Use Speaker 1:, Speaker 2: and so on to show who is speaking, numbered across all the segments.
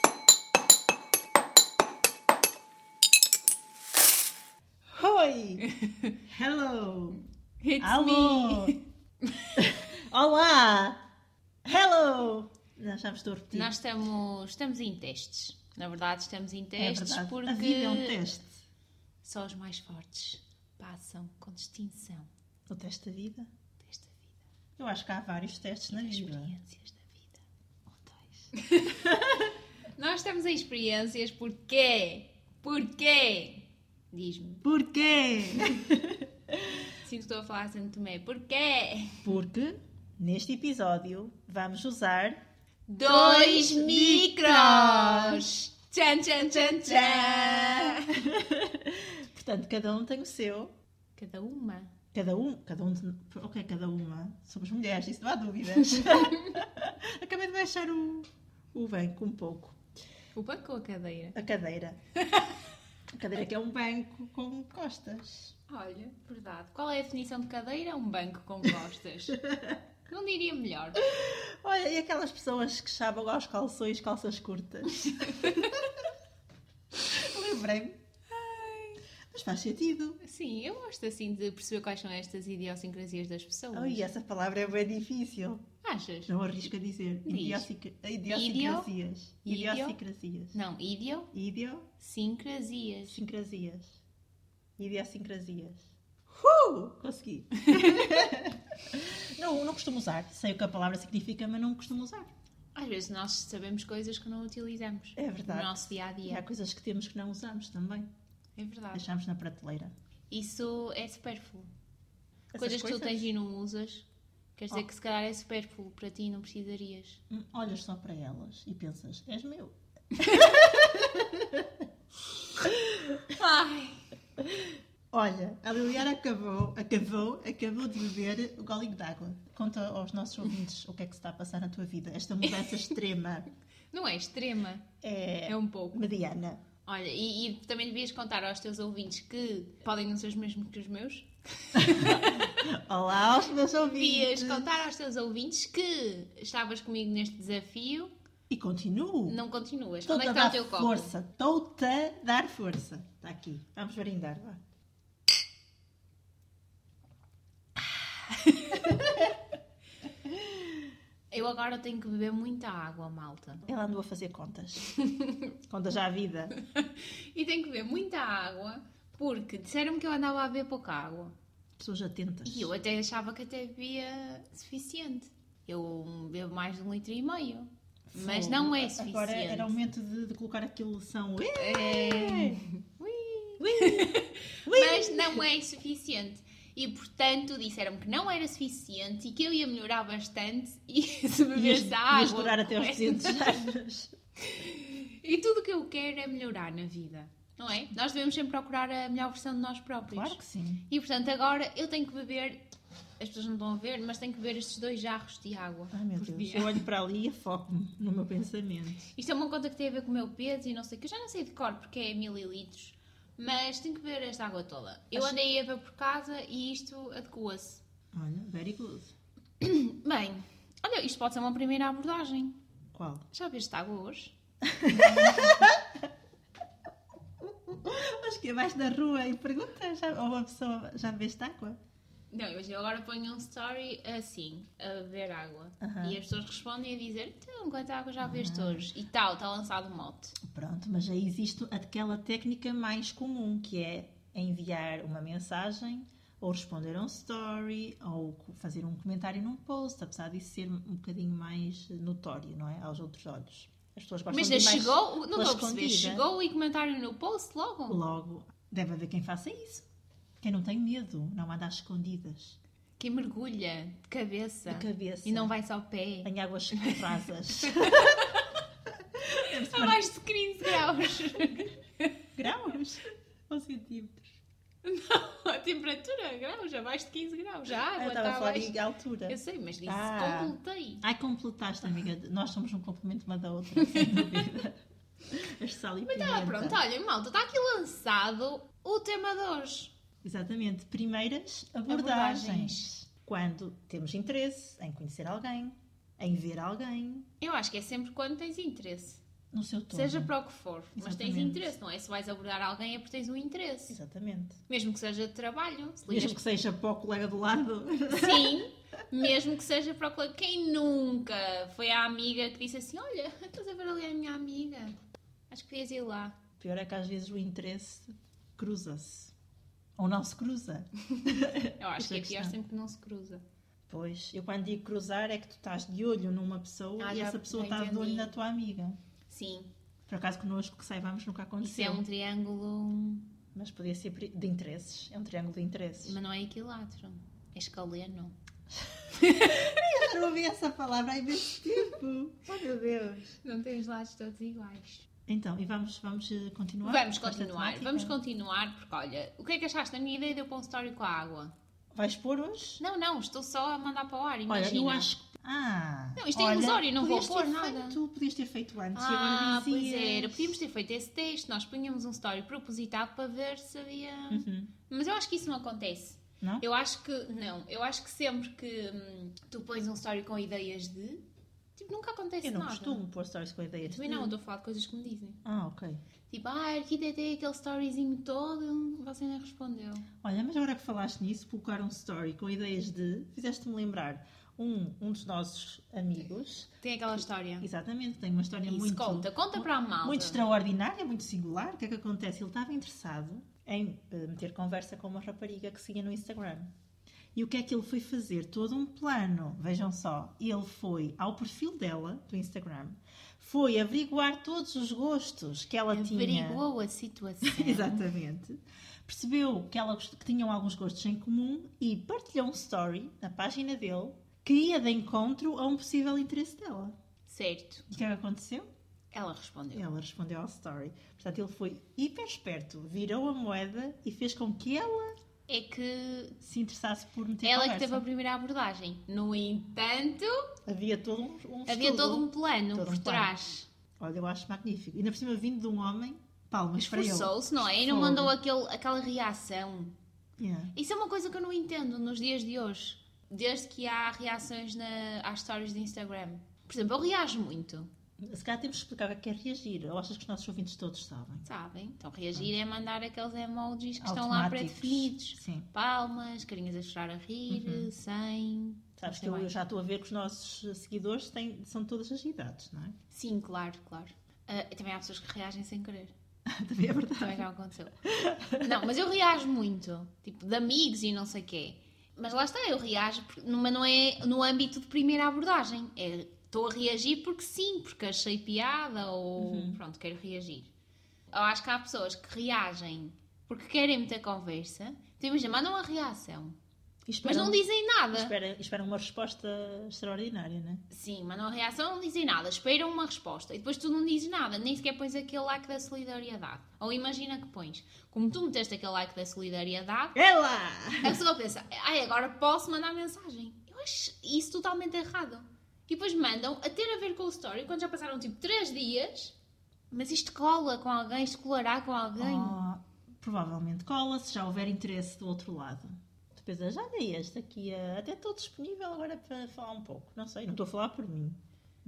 Speaker 1: Oi! Hello!
Speaker 2: It's
Speaker 1: Alô!
Speaker 2: me.
Speaker 1: Olá! Hello! Não, já me estou a repetir.
Speaker 2: Nós estamos, estamos em testes. Na verdade, estamos em
Speaker 1: é
Speaker 2: testes
Speaker 1: verdade.
Speaker 2: porque
Speaker 1: A vida é um teste.
Speaker 2: só os mais fortes passam com distinção
Speaker 1: O teste da vida.
Speaker 2: desta vida
Speaker 1: Eu acho que há vários testes na
Speaker 2: e das
Speaker 1: vida.
Speaker 2: experiências da vida. Nós estamos em experiências porquê? Porquê? Diz-me.
Speaker 1: Porquê?
Speaker 2: Sinto que estou a falar assim Tomé. Porquê?
Speaker 1: Porque neste episódio vamos usar.
Speaker 2: Dois
Speaker 1: Dois
Speaker 2: micros! Tchan, tchan, tchan, tchan!
Speaker 1: Portanto, cada um tem o seu.
Speaker 2: Cada uma.
Speaker 1: Cada um, cada um, de- ok, cada uma. Somos mulheres, isso não há dúvidas. Acabei de baixar o, o banco um pouco.
Speaker 2: O banco ou a cadeira?
Speaker 1: A cadeira. A cadeira que é um banco com costas.
Speaker 2: Olha, verdade. Qual é a definição de cadeira? Um banco com costas. Não diria melhor.
Speaker 1: Olha, e aquelas pessoas que chamam aos calções calças curtas. Lembrei-me. Mas faz sentido.
Speaker 2: Sim, eu gosto assim de perceber quais são estas idiosincrasias das pessoas.
Speaker 1: Ai, essa palavra é bem difícil.
Speaker 2: Achas?
Speaker 1: Não arrisco a dizer.
Speaker 2: Diz.
Speaker 1: Idiosic- Idiosincrasias.
Speaker 2: Idio?
Speaker 1: Idiosincrasias.
Speaker 2: Não, idiosincrasias.
Speaker 1: Idio. Sincrasias. Idiosincrasias. Uh! Consegui. não, não costumo usar. Sei o que a palavra significa, mas não costumo usar.
Speaker 2: Às vezes nós sabemos coisas que não utilizamos
Speaker 1: É
Speaker 2: no
Speaker 1: verdade.
Speaker 2: nosso dia a
Speaker 1: E há
Speaker 2: dia.
Speaker 1: coisas que temos que não usamos também.
Speaker 2: É verdade.
Speaker 1: Deixamos na prateleira.
Speaker 2: Isso é supérfluo.
Speaker 1: Essas
Speaker 2: Coisas, que tu tens e não usas, quer dizer
Speaker 1: Oh.
Speaker 2: que se calhar é supérfluo para ti e não precisarias.
Speaker 1: Hum, Olhas só para elas e pensas, és meu.
Speaker 2: Ai!
Speaker 1: Olha, a Liliana acabou, acabou, acabou de beber o golinho d'água. Conta aos nossos ouvintes o que é que se está a passar na tua vida. Esta mudança extrema
Speaker 2: Não é extrema,
Speaker 1: é
Speaker 2: é um pouco.
Speaker 1: mediana.
Speaker 2: Olha, e, e também devias contar aos teus ouvintes que podem não ser os mesmos que os meus.
Speaker 1: Olá aos meus ouvintes.
Speaker 2: Devias contar aos teus ouvintes que estavas comigo neste desafio.
Speaker 1: E continuo.
Speaker 2: Não continuas.
Speaker 1: Estou-te
Speaker 2: Onde é
Speaker 1: a
Speaker 2: que está
Speaker 1: dar
Speaker 2: o teu copo?
Speaker 1: força. Estou-te a dar força. Está aqui. Vamos brindar, vá.
Speaker 2: Eu agora tenho que beber muita água, malta.
Speaker 1: Ela andou a fazer contas. contas à vida.
Speaker 2: E tenho que beber muita água porque disseram-me que eu andava a beber pouca água.
Speaker 1: Pessoas atentas.
Speaker 2: E eu até achava que até bebia suficiente. Eu bebo mais de um litro e meio. Mas
Speaker 1: Fogo.
Speaker 2: não é suficiente.
Speaker 1: Agora era um o momento de, de colocar aquele som. Ui!
Speaker 2: É. Mas não é suficiente. E portanto disseram que não era suficiente e que eu ia melhorar bastante e se
Speaker 1: Ias,
Speaker 2: bebesse a é água. é?
Speaker 1: ias durar até aos
Speaker 2: correta.
Speaker 1: 200 anos.
Speaker 2: E tudo o que eu quero é melhorar na vida, não é? Nós devemos sempre procurar a melhor versão de nós próprios.
Speaker 1: Claro que sim.
Speaker 2: E portanto agora eu tenho que beber, as pessoas não estão a ver, mas tenho que beber estes dois jarros de água.
Speaker 1: Ai meu
Speaker 2: por
Speaker 1: Deus,
Speaker 2: dia.
Speaker 1: eu olho para ali e afoco-me no meu pensamento.
Speaker 2: Isto é uma conta que tem a ver com o meu peso e não sei o que. Eu já não sei de cor porque é mililitros, mas tenho que beber esta água toda. Eu
Speaker 1: Acho-
Speaker 2: andei a ver por casa e isto adequa-se.
Speaker 1: Olha, very good.
Speaker 2: Bem, olha, isto pode ser uma primeira abordagem.
Speaker 1: Qual?
Speaker 2: Já bebeste água hoje?
Speaker 1: Mas
Speaker 2: é
Speaker 1: que vais na rua e perguntas já- a uma pessoa, já bebeste água?
Speaker 2: Não, imagina, eu agora ponho um story assim, a beber água.
Speaker 1: Aham.
Speaker 2: E as pessoas respondem a dizer, então, quanta água já bebeste hoje? E tal, está lançado um mote.
Speaker 1: Pronto, mas aí existe aquela técnica mais comum que é enviar uma mensagem ou responder a um story ou co- fazer um comentário num post, apesar disso ser um bocadinho mais notório, não é? Aos outros olhos. As pessoas gostam
Speaker 2: Mas
Speaker 1: de ir mais
Speaker 2: chegou, não
Speaker 1: pela
Speaker 2: estou a perceber,
Speaker 1: escondida.
Speaker 2: chegou e comentário no post logo?
Speaker 1: Logo, deve haver quem faça isso. Quem não tem medo, não anda às escondidas.
Speaker 2: Quem mergulha de cabeça,
Speaker 1: De cabeça.
Speaker 2: Tá. e não vai só ao pé.
Speaker 1: Em águas rasas.
Speaker 2: A mais de 15 graus.
Speaker 1: Graus? Ou centímetros?
Speaker 2: a temperatura, graus, abaixo de 15 graus. A água
Speaker 1: Ah, Eu
Speaker 2: está
Speaker 1: estava a falar
Speaker 2: abaixo.
Speaker 1: de altura.
Speaker 2: Eu sei, mas disse,
Speaker 1: Ah.
Speaker 2: completei.
Speaker 1: Ai, completaste, amiga. Nós somos um complemento uma da outra, sem dúvida. As sal e pimenta.
Speaker 2: Ah, pronto, olha, malta, está aqui lançado o tema de hoje.
Speaker 1: Exatamente. Primeiras abordagens.
Speaker 2: Abordagens.
Speaker 1: Quando temos interesse em conhecer alguém, em ver alguém.
Speaker 2: Eu acho que é sempre quando tens interesse.
Speaker 1: no seu todo.
Speaker 2: Seja para o que for, mas tens
Speaker 1: Exatamente.
Speaker 2: interesse, não é? Se vais abordar alguém é porque tens um interesse.
Speaker 1: Exatamente.
Speaker 2: Mesmo que seja de trabalho, se ligas
Speaker 1: Mesmo que seja para o colega do lado.
Speaker 2: Sim, mesmo que seja para o colega. Quem nunca foi à amiga que disse assim: Olha, estás a ver ali a minha amiga? Acho que podias ir lá.
Speaker 1: Pior é que às vezes o interesse cruza-se. Ou não se cruza.
Speaker 2: Eu acho
Speaker 1: Isso
Speaker 2: que
Speaker 1: é
Speaker 2: é pior
Speaker 1: questão.
Speaker 2: sempre que não se cruza.
Speaker 1: Pois, eu quando digo cruzar é que tu estás de olho numa pessoa
Speaker 2: Ah,
Speaker 1: e
Speaker 2: já-
Speaker 1: essa pessoa
Speaker 2: já
Speaker 1: está de olho
Speaker 2: entendi.
Speaker 1: na tua amiga.
Speaker 2: Sim,
Speaker 1: Por acaso connosco que saibamos nunca
Speaker 2: isso
Speaker 1: aconteceu.
Speaker 2: é um triângulo,
Speaker 1: Mas podia ser pri- de interesses. É um triângulo de interesses.
Speaker 2: mas não é equilátero, é escaleno.
Speaker 1: Eu não ouvi essa palavra há imenso tempo. Oh meu Deus.
Speaker 2: Não tem os lados todos iguais.
Speaker 1: Então, e vamos, vamos eh, continuar?
Speaker 2: Vamos
Speaker 1: com esta
Speaker 2: continuar,
Speaker 1: temática?
Speaker 2: vamos continuar, porque olha, o que é que achaste da minha ideia de eu pôr um story com a água?
Speaker 1: Vais pôr hoje?
Speaker 2: Não, não, estou só a mandar para o ar, imagina.
Speaker 1: Olha, eu acho que. Ah!
Speaker 2: Não, isto é ilusório, não vou
Speaker 1: podias
Speaker 2: pôr
Speaker 1: ter
Speaker 2: nada.
Speaker 1: Feito, podias ter feito antes e
Speaker 2: Ah,
Speaker 1: agora
Speaker 2: pois
Speaker 1: dizias.
Speaker 2: era. Podíamos ter feito esse texto. Nós punhamos um story propositado para ver se havia.
Speaker 1: Uhum.
Speaker 2: Mas eu acho que isso não acontece.
Speaker 1: Não?
Speaker 2: Eu acho que. Não. Eu acho que sempre que hum, tu pões um story com ideias de. Tipo, nunca acontece
Speaker 1: Eu não
Speaker 2: nada.
Speaker 1: costumo pôr stories com ideias.
Speaker 2: Também
Speaker 1: de-
Speaker 2: não, eu estou a falar de coisas que me dizem.
Speaker 1: Ah, ok.
Speaker 2: Tipo, ah, arquitetei aquele storyzinho todo, você nem respondeu.
Speaker 1: Olha, mas agora que falaste nisso, colocar um story com ideias de. Fizeste-me lembrar um, um dos nossos amigos.
Speaker 2: Tem aquela história.
Speaker 1: Exatamente, tem uma história
Speaker 2: Isso,
Speaker 1: é muito.
Speaker 2: conta, conta para a malta.
Speaker 1: muito extraordinária, muito singular. O que é que acontece? Ele estava interessado em eh, meter conversa com uma rapariga que seguia no Instagram. E o que é que ele foi fazer? Todo um plano. Vejam só, ele foi ao perfil dela do Instagram, foi averiguar todos os gostos que ela tinha.
Speaker 2: Averiguou a situação.
Speaker 1: Exatamente. Percebeu que, ela, gost- que tinham alguns gostos em comum e partilhou um story na página dele que ia de encontro a um possível interesse dela.
Speaker 2: Certo.
Speaker 1: E o que é que aconteceu?
Speaker 2: Ela respondeu.
Speaker 1: Ela respondeu ao story. Portanto, ele foi hiper esperto, virou a moeda e fez com que ela
Speaker 2: É que
Speaker 1: se interessasse por meter
Speaker 2: Ela que
Speaker 1: conversa.
Speaker 2: teve a primeira abordagem. No entanto,
Speaker 1: Havia todo um, um
Speaker 2: havia
Speaker 1: estudo.
Speaker 2: todo um plano
Speaker 1: Todo um
Speaker 2: por
Speaker 1: plano.
Speaker 2: trás.
Speaker 1: Olha, eu acho magnífico. E ainda por cima, vindo de um homem, palmas para ele.
Speaker 2: Esforçou-se, não é? E não
Speaker 1: Fogo.
Speaker 2: mandou aquele, aquela reação.
Speaker 1: Yeah.
Speaker 2: Isso é uma coisa que eu não entendo nos dias de hoje. Desde que há reações na, às stories de Instagram. Por exemplo, eu reajo muito,
Speaker 1: Se calhar temos de explicar o que é reagir. Ou achas que os nossos ouvintes todos sabem?
Speaker 2: sabem? Então, reagir é mandar aqueles emojis que estão lá
Speaker 1: Automáticos.
Speaker 2: pré-definidos.
Speaker 1: Sim.
Speaker 2: Palmas, carinhas a chorar a rir, sem...
Speaker 1: Uhum. Sabes
Speaker 2: Sei
Speaker 1: que eu,
Speaker 2: bem.
Speaker 1: eu já estou a ver que os nossos seguidores têm, são de todas as idades, não é?
Speaker 2: Sim, claro, claro. Ah, também há pessoas que reagem sem querer.
Speaker 1: Também é
Speaker 2: Também
Speaker 1: verdade.
Speaker 2: já me aconteceu. Não, mas eu reajo muito. Tipo, de amigos e não sei quê. Mas lá está, eu reajo, porque- mas não é no âmbito de primeira abordagem. É, Estou a reagir porque sim, porque achei piada ou
Speaker 1: Uhum.
Speaker 2: pronto, quero reagir. Eu acho que há pessoas que reagem porque querem muita conversa. Então imagina, mandam a reação,
Speaker 1: E
Speaker 2: mas
Speaker 1: esperam,
Speaker 2: não dizem nada.
Speaker 1: espera- esperam uma resposta extraordinária, não é?
Speaker 2: Sim, mandam a reação, não dizem nada, esperam uma resposta e depois tu não dizes nada, nem sequer pões aquele like da solidariedade. Ou imagina que pões, como tu meteste aquele like da solidariedade,
Speaker 1: Ela!
Speaker 2: a pessoa pensa, ai, agora posso mandar mensagem. Eu acho isso totalmente errado. E depois mandam a ter a ver com o story, quando já passaram tipo 3 dias, mas isto cola com alguém, isto colará com alguém.
Speaker 1: Ah, provavelmente cola se já houver interesse do outro lado. Tu pensas, olha ah, este aqui, eh, até estou disponível agora para falar um pouco. Não sei, não estou a falar por mim.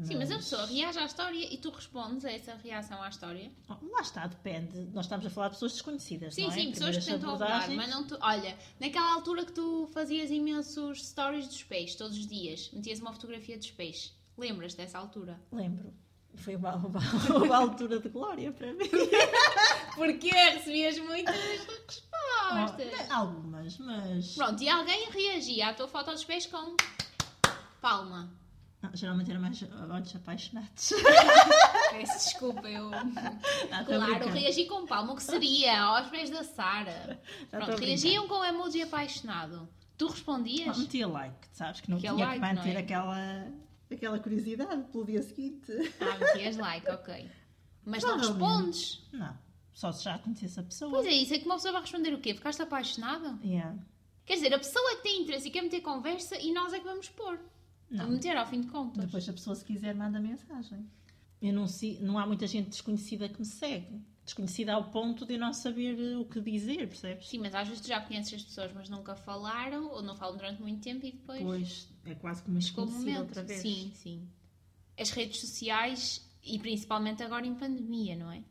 Speaker 2: Sim, mas a pessoa reage à história e tu respondes a essa reação à história.
Speaker 1: Oh, Lá está, depende. Nós estamos a falar de pessoas desconhecidas,
Speaker 2: Sim,
Speaker 1: não é?
Speaker 2: sim, pessoas que
Speaker 1: Primeiras
Speaker 2: tentam abordar,
Speaker 1: abordagens.
Speaker 2: mas não tu. Olha, naquela altura que tu fazias imensos stories dos peixes todos os dias, metias uma fotografia dos peixes. Lembras dessa altura?
Speaker 1: Lembro. Foi uma, uma- uma altura de glória para mim.
Speaker 2: Porque recebias muitas respostas.
Speaker 1: Oh, algumas, mas...
Speaker 2: Pronto, e alguém reagia à tua foto dos peixes com palma.
Speaker 1: Não, geralmente eram mais olhos apaixonados.
Speaker 2: Peço desculpa, eu.
Speaker 1: Não, tô
Speaker 2: Claro,
Speaker 1: Tá brincando.
Speaker 2: reagi com palma, o que seria? Aos pés da Sara.
Speaker 1: Não, tô
Speaker 2: Pronto,
Speaker 1: tá brincando.
Speaker 2: reagiam com emoji apaixonado. Tu
Speaker 1: Ah,
Speaker 2: respondias?
Speaker 1: metia like, sabes? Que não
Speaker 2: Que é
Speaker 1: tinha
Speaker 2: like,
Speaker 1: que
Speaker 2: não
Speaker 1: manter
Speaker 2: é?
Speaker 1: aquela, aquela curiosidade pelo dia seguinte.
Speaker 2: Ah, metias like, ok. Mas não
Speaker 1: Provavelmente.
Speaker 2: respondes.
Speaker 1: Não. Só se já conhecesse a pessoa.
Speaker 2: Pois é, isso é que uma pessoa vai responder o quê? Ficaste apaixonada?
Speaker 1: Yeah.
Speaker 2: Quer dizer, a pessoa é que tem interesse e quer meter conversa e nós é que vamos pôr.
Speaker 1: Não.
Speaker 2: A meter ao fim de contas.
Speaker 1: Depois, se a pessoa, se quiser, manda mensagem. Eu não, sei, não há muita gente desconhecida que me segue. Desconhecida ao ponto de eu não saber eh, o que dizer, percebes?
Speaker 2: Sim, mas às vezes tu já conheces as pessoas, mas nunca falaram ou não falam durante muito tempo e depois
Speaker 1: Pois, é quase como
Speaker 2: chegou o
Speaker 1: desconhecida
Speaker 2: momento.
Speaker 1: outra vez.
Speaker 2: Sim, sim. As redes sociais E principalmente agora em pandemia, não é?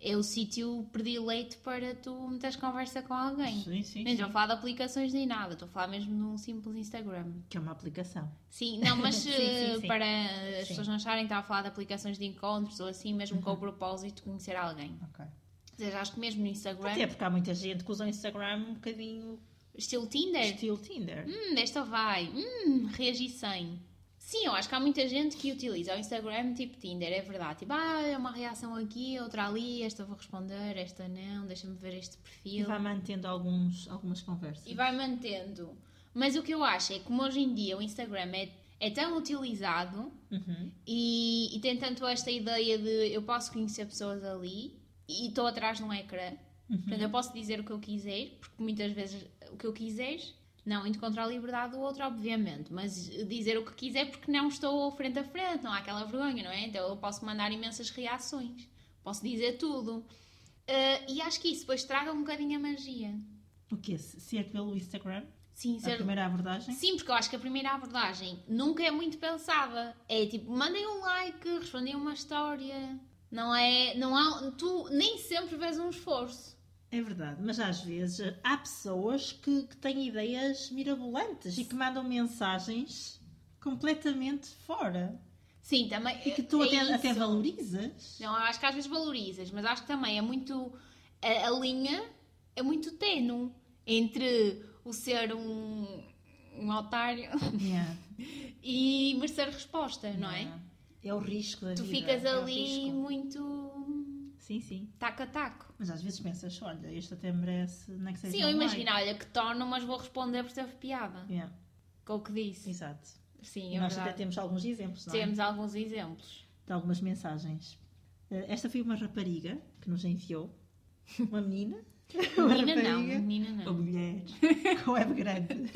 Speaker 2: É o sítio predileito para tu meteres conversa com alguém.
Speaker 1: Sim, sim,
Speaker 2: Nem
Speaker 1: sim.
Speaker 2: estou a falar de aplicações nem nada, estou a falar mesmo de um simples Instagram.
Speaker 1: Que é uma aplicação.
Speaker 2: Sim, não, mas
Speaker 1: Sim,
Speaker 2: eh,
Speaker 1: sim, sim.
Speaker 2: para as
Speaker 1: Sim. Uhum.
Speaker 2: pessoas não acharem, estava a falar de aplicações de encontros ou assim, mesmo com o propósito de conhecer alguém.
Speaker 1: Ok.
Speaker 2: Ou seja, acho que mesmo no Instagram,
Speaker 1: Até porque há muita gente que usa o Instagram um bocadinho
Speaker 2: estilo Tinder,
Speaker 1: estilo Tinder.
Speaker 2: É. hum, desta vai, hum, reagi sem. Sim, eu acho que há muita gente que utiliza o Instagram tipo Tinder, é verdade. Tipo, ah, é uma reação aqui, outra ali, esta eu vou responder, esta não, deixa-me ver este
Speaker 1: E
Speaker 2: perfil.
Speaker 1: vai mantendo alguns, algumas conversas.
Speaker 2: e vai mantendo. Mas o que eu acho é que como hoje em dia o Instagram é, é tão utilizado
Speaker 1: Uhum.
Speaker 2: E, e tem tanto esta ideia de eu posso conhecer pessoas ali e estou atrás de um ecrã. Portanto, eu posso dizer o que eu quiser, porque muitas vezes o que eu quiser, não indo contra a liberdade do outro, obviamente, mas dizer o que quiser porque não estou frente a frente, não há aquela vergonha, não é? Então eu posso mandar imensas reações, posso dizer tudo. Ah, e acho que isso depois traga um bocadinho a magia.
Speaker 1: O quê? Se- Ser pelo Instagram?
Speaker 2: Sim,
Speaker 1: A
Speaker 2: ser
Speaker 1: primeira abordagem?
Speaker 2: Sim, porque eu acho que a primeira abordagem nunca é muito pensada. É tipo, mandem um like, respondem uma história. Não é. Não há. Tu nem sempre vês um esforço.
Speaker 1: É verdade, mas às vezes há pessoas que, que têm ideias mirabolantes e que mandam mensagens completamente fora
Speaker 2: Sim, também.
Speaker 1: e que tu
Speaker 2: é
Speaker 1: até,
Speaker 2: isso.
Speaker 1: até valorizas.
Speaker 2: Não, eu acho que às vezes valorizas, mas acho que também é muito. A, a linha é muito tenue entre o ser um. um otário
Speaker 1: Yeah.
Speaker 2: e merecer resposta, não, é?
Speaker 1: É o risco da
Speaker 2: Tu
Speaker 1: vida.
Speaker 2: ficas
Speaker 1: é o
Speaker 2: ali
Speaker 1: risco.
Speaker 2: muito.
Speaker 1: Sim, sim.
Speaker 2: taco a taco.
Speaker 1: Mas às vezes pensas, olha, este até merece, não é que seja
Speaker 2: Sim, eu
Speaker 1: um
Speaker 2: imagino, olha, que torno, mas vou responder por teve piada.
Speaker 1: like. Yeah,
Speaker 2: Com o que disse.
Speaker 1: Exato.
Speaker 2: Sim,
Speaker 1: E
Speaker 2: é
Speaker 1: nós
Speaker 2: verdade.
Speaker 1: até temos alguns exemplos, não é?
Speaker 2: Temos alguns exemplos.
Speaker 1: de algumas mensagens. Eh, Esta foi uma rapariga que nos enviou. Uma menina. Uma
Speaker 2: Menina não,
Speaker 1: rapariga.
Speaker 2: menina
Speaker 1: Ou
Speaker 2: não.
Speaker 1: mulher, com web grande.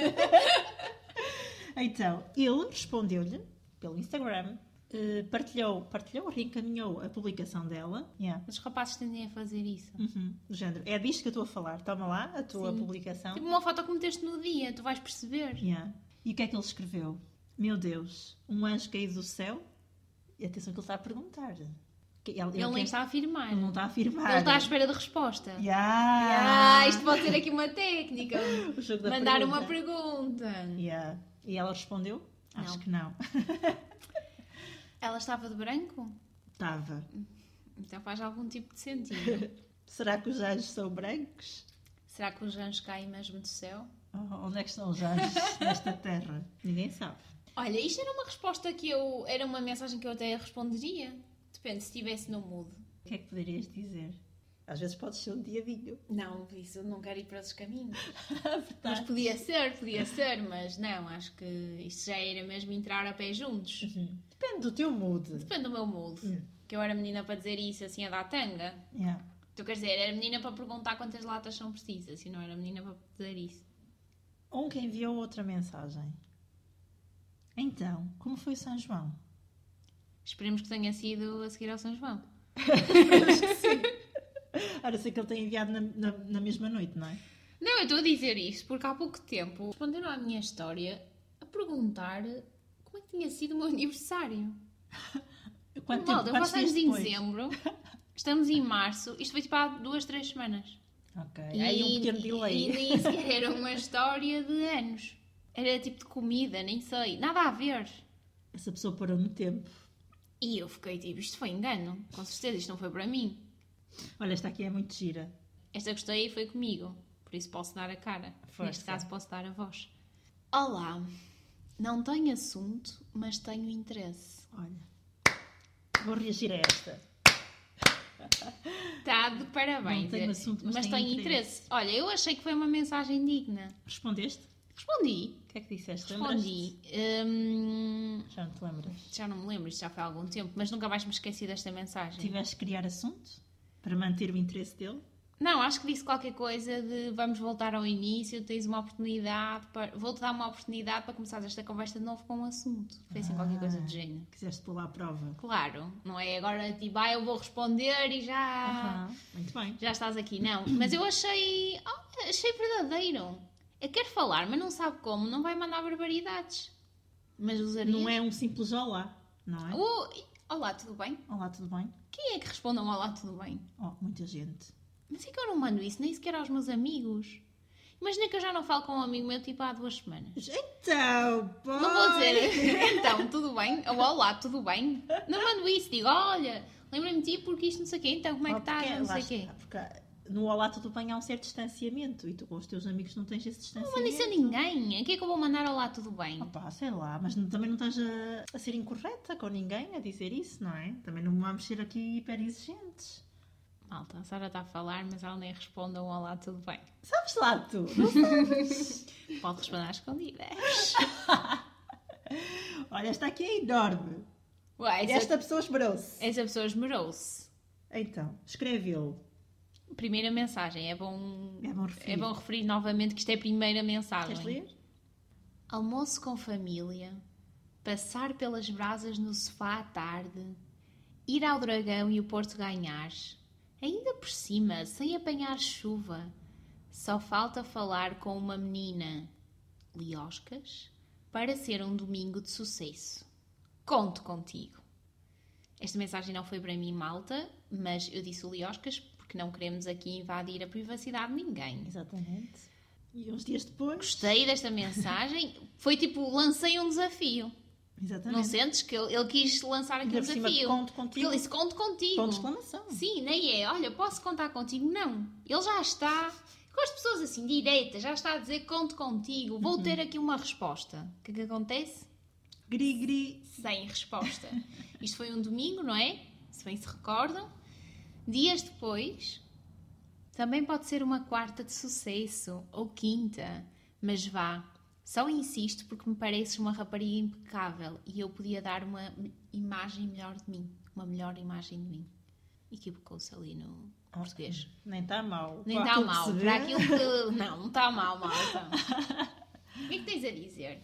Speaker 1: então, ele respondeu-lhe pelo Instagram, eh, partilhou, partilhou, reencaminhou a publicação dela. Yeah.
Speaker 2: Mas os rapazes tendem a fazer isso.
Speaker 1: Uhum. Do género, é disto que eu estou a falar, toma lá a tua
Speaker 2: Sim.
Speaker 1: publicação.
Speaker 2: Tipo uma foto que meteste no dia, tu vais perceber.
Speaker 1: Yeah. E o que é que ele escreveu? Meu Deus, um anjo caído do céu? E atenção que ele está a perguntar. Que Ele, ele
Speaker 2: Ele nem
Speaker 1: quer-
Speaker 2: está a afirmar.
Speaker 1: ele não está a afirmar.
Speaker 2: Ele está à espera de resposta.
Speaker 1: Yeah.
Speaker 2: Ah, isto pode ser aqui uma técnica.
Speaker 1: O jogo da
Speaker 2: Mandar
Speaker 1: pergunta.
Speaker 2: uma pergunta.
Speaker 1: Yeah. E ela respondeu? Acho
Speaker 2: Não.
Speaker 1: que não.
Speaker 2: Ela estava de branco?
Speaker 1: Estava.
Speaker 2: Então faz algum tipo de sentido.
Speaker 1: Será que os anjos são brancos?
Speaker 2: Será que os anjos caem mesmo do céu?
Speaker 1: Oh, onde é que estão os anjos nesta terra? Ninguém sabe.
Speaker 2: Olha, isto era uma resposta que eu. Era uma mensagem que eu até responderia. Depende, se estivesse no mood.
Speaker 1: O que é que poderias dizer? Às vezes pode ser um diadinho.
Speaker 2: Não, isso eu não quero ir para esses caminhos. Tá.
Speaker 1: Tá.
Speaker 2: mas podia ser, podia ser, mas não, acho que isto já era mesmo entrar a pé juntos.
Speaker 1: Depende do teu mood.
Speaker 2: Depende do meu mood.
Speaker 1: Hum.
Speaker 2: Que eu era menina para dizer isso assim a dar tanga.
Speaker 1: Yeah.
Speaker 2: Tu queres dizer, era menina para perguntar quantas latas são precisas, e não era menina para dizer isso.
Speaker 1: Um que enviou outra mensagem. Então, como foi São João?
Speaker 2: Esperemos que tenha sido a seguir ao São João.
Speaker 1: A não ser que ele tenha enviado na, na- na mesma noite, não é?
Speaker 2: Não, eu estou a dizer isto porque há pouco tempo responderam à minha história a perguntar como é que tinha sido o meu aniversário.
Speaker 1: Quanto
Speaker 2: Malta, eu
Speaker 1: quantos
Speaker 2: faço anos
Speaker 1: dias
Speaker 2: em
Speaker 1: depois?
Speaker 2: dezembro, estamos em março, isto foi tipo há duas, três semanas.
Speaker 1: Ok. Aí um pequeno delay.
Speaker 2: E nem sequer era uma história de anos. Era tipo de comida, nem sei, nada a ver.
Speaker 1: Essa pessoa parou no tempo.
Speaker 2: E eu fiquei tipo, isto foi engano, com certeza, isto não foi para mim.
Speaker 1: Olha, esta aqui é muito gira.
Speaker 2: Esta gostei e foi comigo, por isso posso dar a cara.
Speaker 1: Força.
Speaker 2: Neste caso posso dar a voz. Olá, não tenho assunto, mas tenho interesse.
Speaker 1: Olha. Vou reagir a esta.
Speaker 2: Está Tá de parabéns.
Speaker 1: Não tenho assunto, mas tenho
Speaker 2: tenho interesse. Olha, eu achei que foi uma mensagem digna.
Speaker 1: Respondeste?
Speaker 2: Respondi,
Speaker 1: O que é que disseste?
Speaker 2: respondi. Hum,
Speaker 1: Já não te lembras.
Speaker 2: já não me lembro, isto já foi há algum tempo, mas nunca mais me esqueci desta mensagem.
Speaker 1: Tiveste que criar assunto para manter o interesse dele?
Speaker 2: Não, acho que disse qualquer coisa de vamos voltar ao início, tens uma oportunidade, para... vou-te dar uma oportunidade para começar esta conversa de novo com um assunto. Foi assim
Speaker 1: Ah.
Speaker 2: qualquer coisa do género.
Speaker 1: Quiseste pô-la à prova?
Speaker 2: Claro, não é agora tipo, ah, eu vou responder e já,
Speaker 1: Aham. Muito bem.
Speaker 2: Ah. já estás aqui, não. Mas eu achei, oh, achei verdadeiro. Eu quero falar, mas não sabe como,
Speaker 1: um
Speaker 2: não vai mandar barbaridades. Mas usaria.
Speaker 1: Não é um simples olá, não é?
Speaker 2: Oh, Olá, tudo bem?
Speaker 1: Olá, tudo bem?
Speaker 2: Quem é que responde a um olá, tudo bem?
Speaker 1: Oh, muita gente.
Speaker 2: Mas é que eu não mando isso, nem sequer aos meus amigos. Imagina que eu já não falo com um amigo meu tipo há duas semanas.
Speaker 1: Então, boy.
Speaker 2: Não vou dizer, então, tudo bem? Ou olá, tudo bem? Não mando isso, digo, olha, lembra-me de ti porque isto não sei o quê, então como é que
Speaker 1: Oh, porque
Speaker 2: estás, não
Speaker 1: lá
Speaker 2: sei o quê.
Speaker 1: está, Porque no Olá Tudo Bem há um certo distanciamento e tu com os teus amigos não tens esse
Speaker 2: Não
Speaker 1: distanciamento.
Speaker 2: mando isso a ninguém. A quem é que eu vou mandar olá, tudo bem?
Speaker 1: Opa, sei lá, mas não- também não estás a, a ser incorreta com ninguém a dizer isso, não é? Também não vamos ser aqui hiper exigentes.
Speaker 2: Malta, a Sara está a falar, mas ela nem responde a um olá, tudo bem.
Speaker 1: Sabes lá tu, não sabes?
Speaker 2: Pode responder às escondidas.
Speaker 1: Olha, esta aqui é enorme.
Speaker 2: Ué, essa,
Speaker 1: Esta pessoa esmerou-se.
Speaker 2: essa pessoa esmerou-se.
Speaker 1: Então, escreveu.
Speaker 2: Primeira mensagem, é bom,
Speaker 1: É bom referir.
Speaker 2: é bom referir novamente que isto é a primeira mensagem.
Speaker 1: Queres ler?
Speaker 2: Almoço com família, passar pelas brasas no sofá à tarde, ir ao dragão e o Porto ganhar, ainda por cima, sem apanhar chuva. Só falta falar com uma menina, Lioscas, para ser um domingo de sucesso. Conto contigo. Esta mensagem não foi para mim, malta, mas eu disse o Lioscas porque não queremos aqui invadir a privacidade de ninguém.
Speaker 1: Exatamente. E uns dias depois.
Speaker 2: Gostei desta mensagem. Foi tipo, lancei um desafio.
Speaker 1: Exatamente.
Speaker 2: Não sentes que ele, ele quis lançar aqui
Speaker 1: Ainda
Speaker 2: um
Speaker 1: por cima,
Speaker 2: desafio?
Speaker 1: conto
Speaker 2: Porque
Speaker 1: contigo.
Speaker 2: ele disse, conto contigo.
Speaker 1: Ponto de exclamação.
Speaker 2: Sim, nem é. Olha, posso contar contigo? Não. Ele já está. Com as pessoas assim, direitas, já está a dizer conto contigo, vou
Speaker 1: Uhum.
Speaker 2: ter aqui uma resposta. O que é que acontece?
Speaker 1: Gri, gri.
Speaker 2: Sem resposta. Isto foi um domingo, não é? Se bem se recordam. Dias depois, também pode ser uma quarta de sucesso ou quinta, mas vá. Só insisto porque me pareces uma rapariga impecável e eu podia dar uma imagem melhor de mim, uma melhor imagem de mim. Equivocou-se ali no português.
Speaker 1: Nem está mal.
Speaker 2: Nem
Speaker 1: Para
Speaker 2: está
Speaker 1: aquilo que
Speaker 2: mal.
Speaker 1: se vê.
Speaker 2: Para aquilo que. Não, não está mal, malta. O que é que tens a dizer?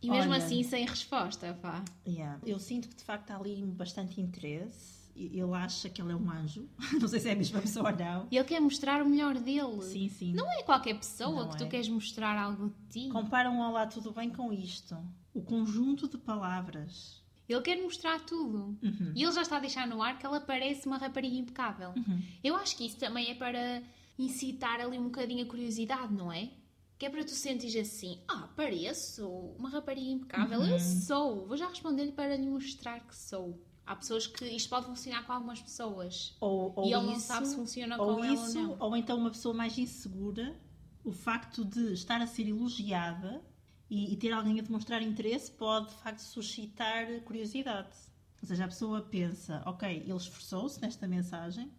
Speaker 2: E mesmo
Speaker 1: Olha.
Speaker 2: assim, sem resposta, pá.
Speaker 1: Yeah. Eu sinto que de facto há ali bastante interesse. E- Ele acha que ele é um anjo. Não sei se é a mesma pessoa ou não.
Speaker 2: Ele quer mostrar o melhor dele.
Speaker 1: Sim, sim.
Speaker 2: Não é qualquer pessoa
Speaker 1: Não
Speaker 2: que tu
Speaker 1: é.
Speaker 2: queres mostrar algo de ti.
Speaker 1: Comparam um Olá Tudo Bem com isto. O conjunto de palavras.
Speaker 2: Ele quer mostrar tudo.
Speaker 1: Uhum.
Speaker 2: E ele já está a deixar no ar que ela parece uma rapariga impecável.
Speaker 1: Uhum.
Speaker 2: Eu acho que isso também é para incitar ali um bocadinho a curiosidade, não é? Que é para tu sentires assim, ah, pareço uma rapariga impecável,
Speaker 1: Uhum.
Speaker 2: eu sou, vou já responder-lhe para lhe mostrar que sou. Há pessoas que isto pode funcionar com algumas pessoas
Speaker 1: Ou, ou
Speaker 2: e ele não
Speaker 1: isso,
Speaker 2: sabe se funciona
Speaker 1: ou
Speaker 2: com
Speaker 1: isso,
Speaker 2: ela ou não.
Speaker 1: ou então uma pessoa mais insegura, o facto de estar a ser elogiada e, e ter alguém a demonstrar interesse pode de facto suscitar curiosidade. Ou seja, a pessoa pensa, ok, ele esforçou-se nesta mensagem,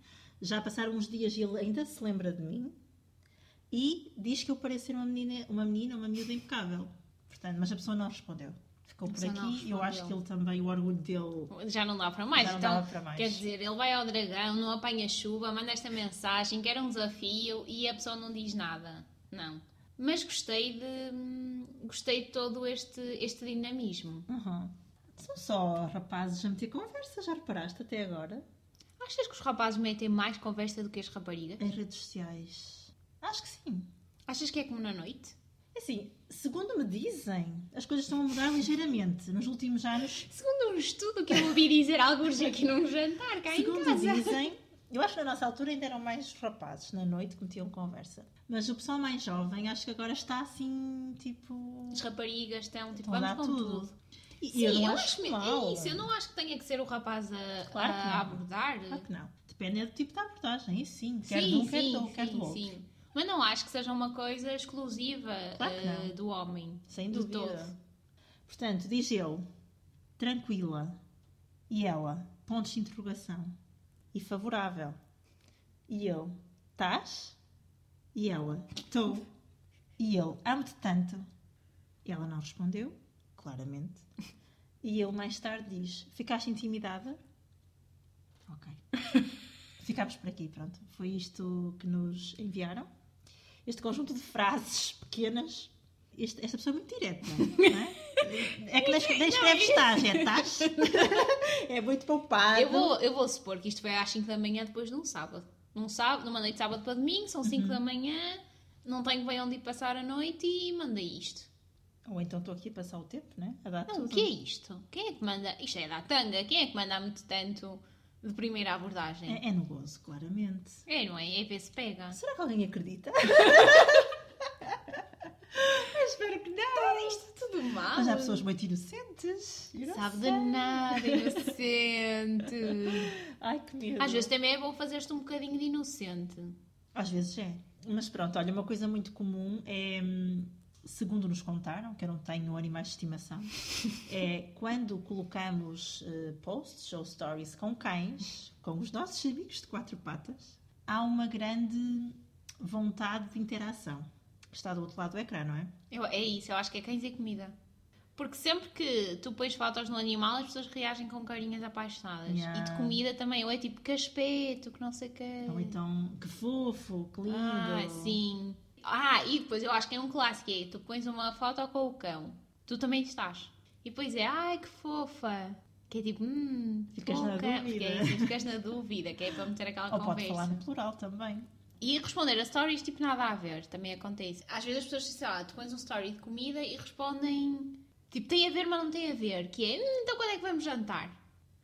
Speaker 1: já passaram uns dias e ele ainda se lembra de mim e diz que eu pareço ser uma menina, uma menina, uma miúda impecável. Portanto, mas a pessoa não respondeu. Ficou
Speaker 2: A
Speaker 1: por
Speaker 2: pessoa não
Speaker 1: aqui, eu acho que
Speaker 2: respondeu.
Speaker 1: ele também, o orgulho dele
Speaker 2: Já não dá para mais,
Speaker 1: já não
Speaker 2: então
Speaker 1: dava para mais.
Speaker 2: Quer dizer, ele vai ao dragão, não apanha chuva, manda esta mensagem, quer um desafio e a pessoa não diz nada. Não. Mas gostei de hum, gostei de todo este, este dinamismo.
Speaker 1: Uhum. São só rapazes a meter conversa, já reparaste até agora?
Speaker 2: Achas que os rapazes metem mais conversa do que as raparigas?
Speaker 1: Em redes sociais. Acho que sim.
Speaker 2: Achas que é como na noite?
Speaker 1: Assim, segundo me dizem, as coisas estão a mudar ligeiramente nos últimos anos.
Speaker 2: Segundo um estudo que eu ouvi dizer alguns aqui num jantar, cá em
Speaker 1: segundo
Speaker 2: casa.
Speaker 1: dizem, eu acho que na nossa altura ainda eram mais rapazes na noite que metiam conversa. Mas o pessoal mais jovem acho que agora está assim, tipo.
Speaker 2: As raparigas estão tipo,
Speaker 1: Estão a dar
Speaker 2: vamos com tudo.
Speaker 1: Então tudo. E eu não acho,
Speaker 2: me-
Speaker 1: mal.
Speaker 2: é isso. Eu não acho que tenha que ser o rapaz a,
Speaker 1: Claro que
Speaker 2: a
Speaker 1: não.
Speaker 2: abordar.
Speaker 1: Claro que não. Depende do tipo de abordagem, isso sim. Quer de um, quer do outro, quer do outro.
Speaker 2: sim. Mas não acho que seja uma coisa exclusiva
Speaker 1: Claro que
Speaker 2: eh,
Speaker 1: não.
Speaker 2: do homem.
Speaker 1: Sem
Speaker 2: De
Speaker 1: dúvida.
Speaker 2: todo.
Speaker 1: Portanto, diz ele, tranquila. E ela, pontos de interrogação. E favorável. E eu, estás? E ela, estou. E ele, amo-te tanto. E ela não respondeu, claramente. E ele mais tarde diz, ficaste intimidada? Ok. Ficámos por aqui, pronto. Foi isto que nos enviaram. Este conjunto de frases pequenas. Este- esta pessoa é muito direta, não é? É que nem escre- nem escreve estás, é estás. É muito poupado.
Speaker 2: Eu vou, eu vou supor que isto foi às 5 da manhã depois de um sábado. Num sábado, numa noite de sábado
Speaker 1: Uhum.
Speaker 2: para domingo, são 5 da manhã, não tenho bem onde ir passar a noite e mandei isto.
Speaker 1: Ou então estou aqui a passar o tempo, né? A dar
Speaker 2: Não, o
Speaker 1: tudo.
Speaker 2: que é isto? Quem é que manda? Isto é da tanga. Quem é que manda muito tanto de primeira abordagem?
Speaker 1: É, é no gozo, claramente.
Speaker 2: É, não é? É ver se pega.
Speaker 1: Será que alguém acredita? Eu espero que não.
Speaker 2: Isto tudo mal.
Speaker 1: Mas há pessoas muito inocentes. Eu não
Speaker 2: Sabe de
Speaker 1: sei.
Speaker 2: nada, inocente.
Speaker 1: Ai, que medo.
Speaker 2: Às vezes também é bom fazer-te um bocadinho de inocente.
Speaker 1: Às vezes é. Mas pronto, olha, uma coisa muito comum é, hum, segundo nos contaram, que eu não tenho animais de estimação, é quando colocamos eh, posts ou stories com cães, com os nossos amigos de quatro patas, há uma grande vontade de interação. que Está do outro lado do ecrã, não é?
Speaker 2: Eu- é isso, eu acho que é cães e comida. Porque sempre que tu pões fotos no animal, as pessoas reagem com carinhas apaixonadas.
Speaker 1: Yeah.
Speaker 2: E de comida também, ou é tipo que aspeto, que não sei o quê.
Speaker 1: Ou então, que fofo, que lindo.
Speaker 2: Ah, sim. Ah, e depois eu acho que é um clássico, é tu pões uma foto com o cão, tu também estás. E depois é, ai que fofa. Que é tipo, hum,
Speaker 1: Ficas
Speaker 2: com o
Speaker 1: na
Speaker 2: cão.
Speaker 1: dúvida.
Speaker 2: Que é isso, ficas na dúvida, que é para meter aquela
Speaker 1: Ou
Speaker 2: conversa.
Speaker 1: pode falar no plural também.
Speaker 2: E responder a stories, tipo, nada a ver, também acontece. Às vezes as pessoas, sei lá, tu pões um story de comida e respondem, tipo, tem a ver, mas não tem a ver. Que é, "Hum, então quando é que vamos jantar?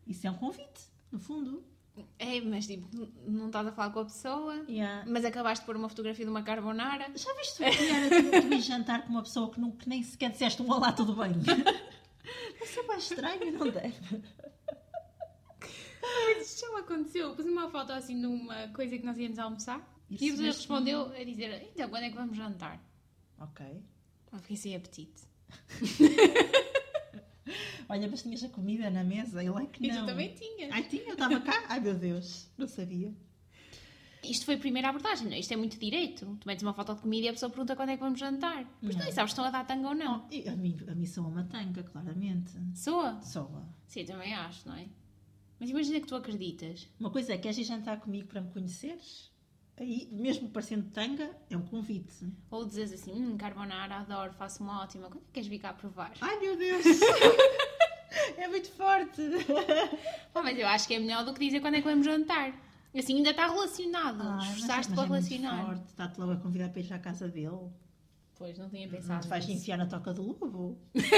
Speaker 1: Isso é um convite, no fundo.
Speaker 2: É, mas tipo, n- não estás a falar com a pessoa,
Speaker 1: Yeah.
Speaker 2: mas acabaste de pôr uma fotografia de uma carbonara.
Speaker 1: Já viste tu que era tu, tu ir um jantar com uma pessoa que, não, que nem sequer disseste um olá, tudo bem? Isso é mais estranho, não deve?
Speaker 2: Mas isso já me aconteceu. Eu Pus uma foto assim de uma coisa que nós íamos almoçar
Speaker 1: Isso
Speaker 2: e a pessoa
Speaker 1: mesmo.
Speaker 2: respondeu a dizer: Então, quando é que vamos jantar?
Speaker 1: Ok.
Speaker 2: Eu fiquei sem apetite.
Speaker 1: Olha, mas tinhas a comida na mesa, eu é que
Speaker 2: E
Speaker 1: não.
Speaker 2: tu também tinhas.
Speaker 1: Ai, tinha, eu estava cá. Ai, meu Deus, não sabia.
Speaker 2: Isto foi a primeira abordagem, não? Isto é muito direito. Tu metes uma foto de comida e a pessoa pergunta quando é que vamos jantar. Mas tu nem sabes se estão a dar tanga ou não.
Speaker 1: E a mim, a mim soa uma tanga, claramente.
Speaker 2: Soa?
Speaker 1: Soa.
Speaker 2: Sim, eu também acho, não é? Mas imagina que tu acreditas.
Speaker 1: Uma coisa é, queres ir jantar comigo para me conheceres? Aí, mesmo parecendo tanga, é um convite.
Speaker 2: Ou dizes assim: Hum, carbonara, adoro, faço uma ótima. Quando é que queres vir cá provar?
Speaker 1: Ai, meu Deus! é muito forte!
Speaker 2: Pá, mas eu acho que é melhor do que dizer quando é que vamos jantar. Assim ainda está relacionado.
Speaker 1: Ai, mas- mas
Speaker 2: Esforçaste para
Speaker 1: é muito
Speaker 2: relacionar.
Speaker 1: forte. Está-te logo a convidar para ir à casa dele.
Speaker 2: Pois, não tinha
Speaker 1: Não
Speaker 2: pensado.
Speaker 1: te vais
Speaker 2: nisso.
Speaker 1: enfiar na toca do lobo?
Speaker 2: Mas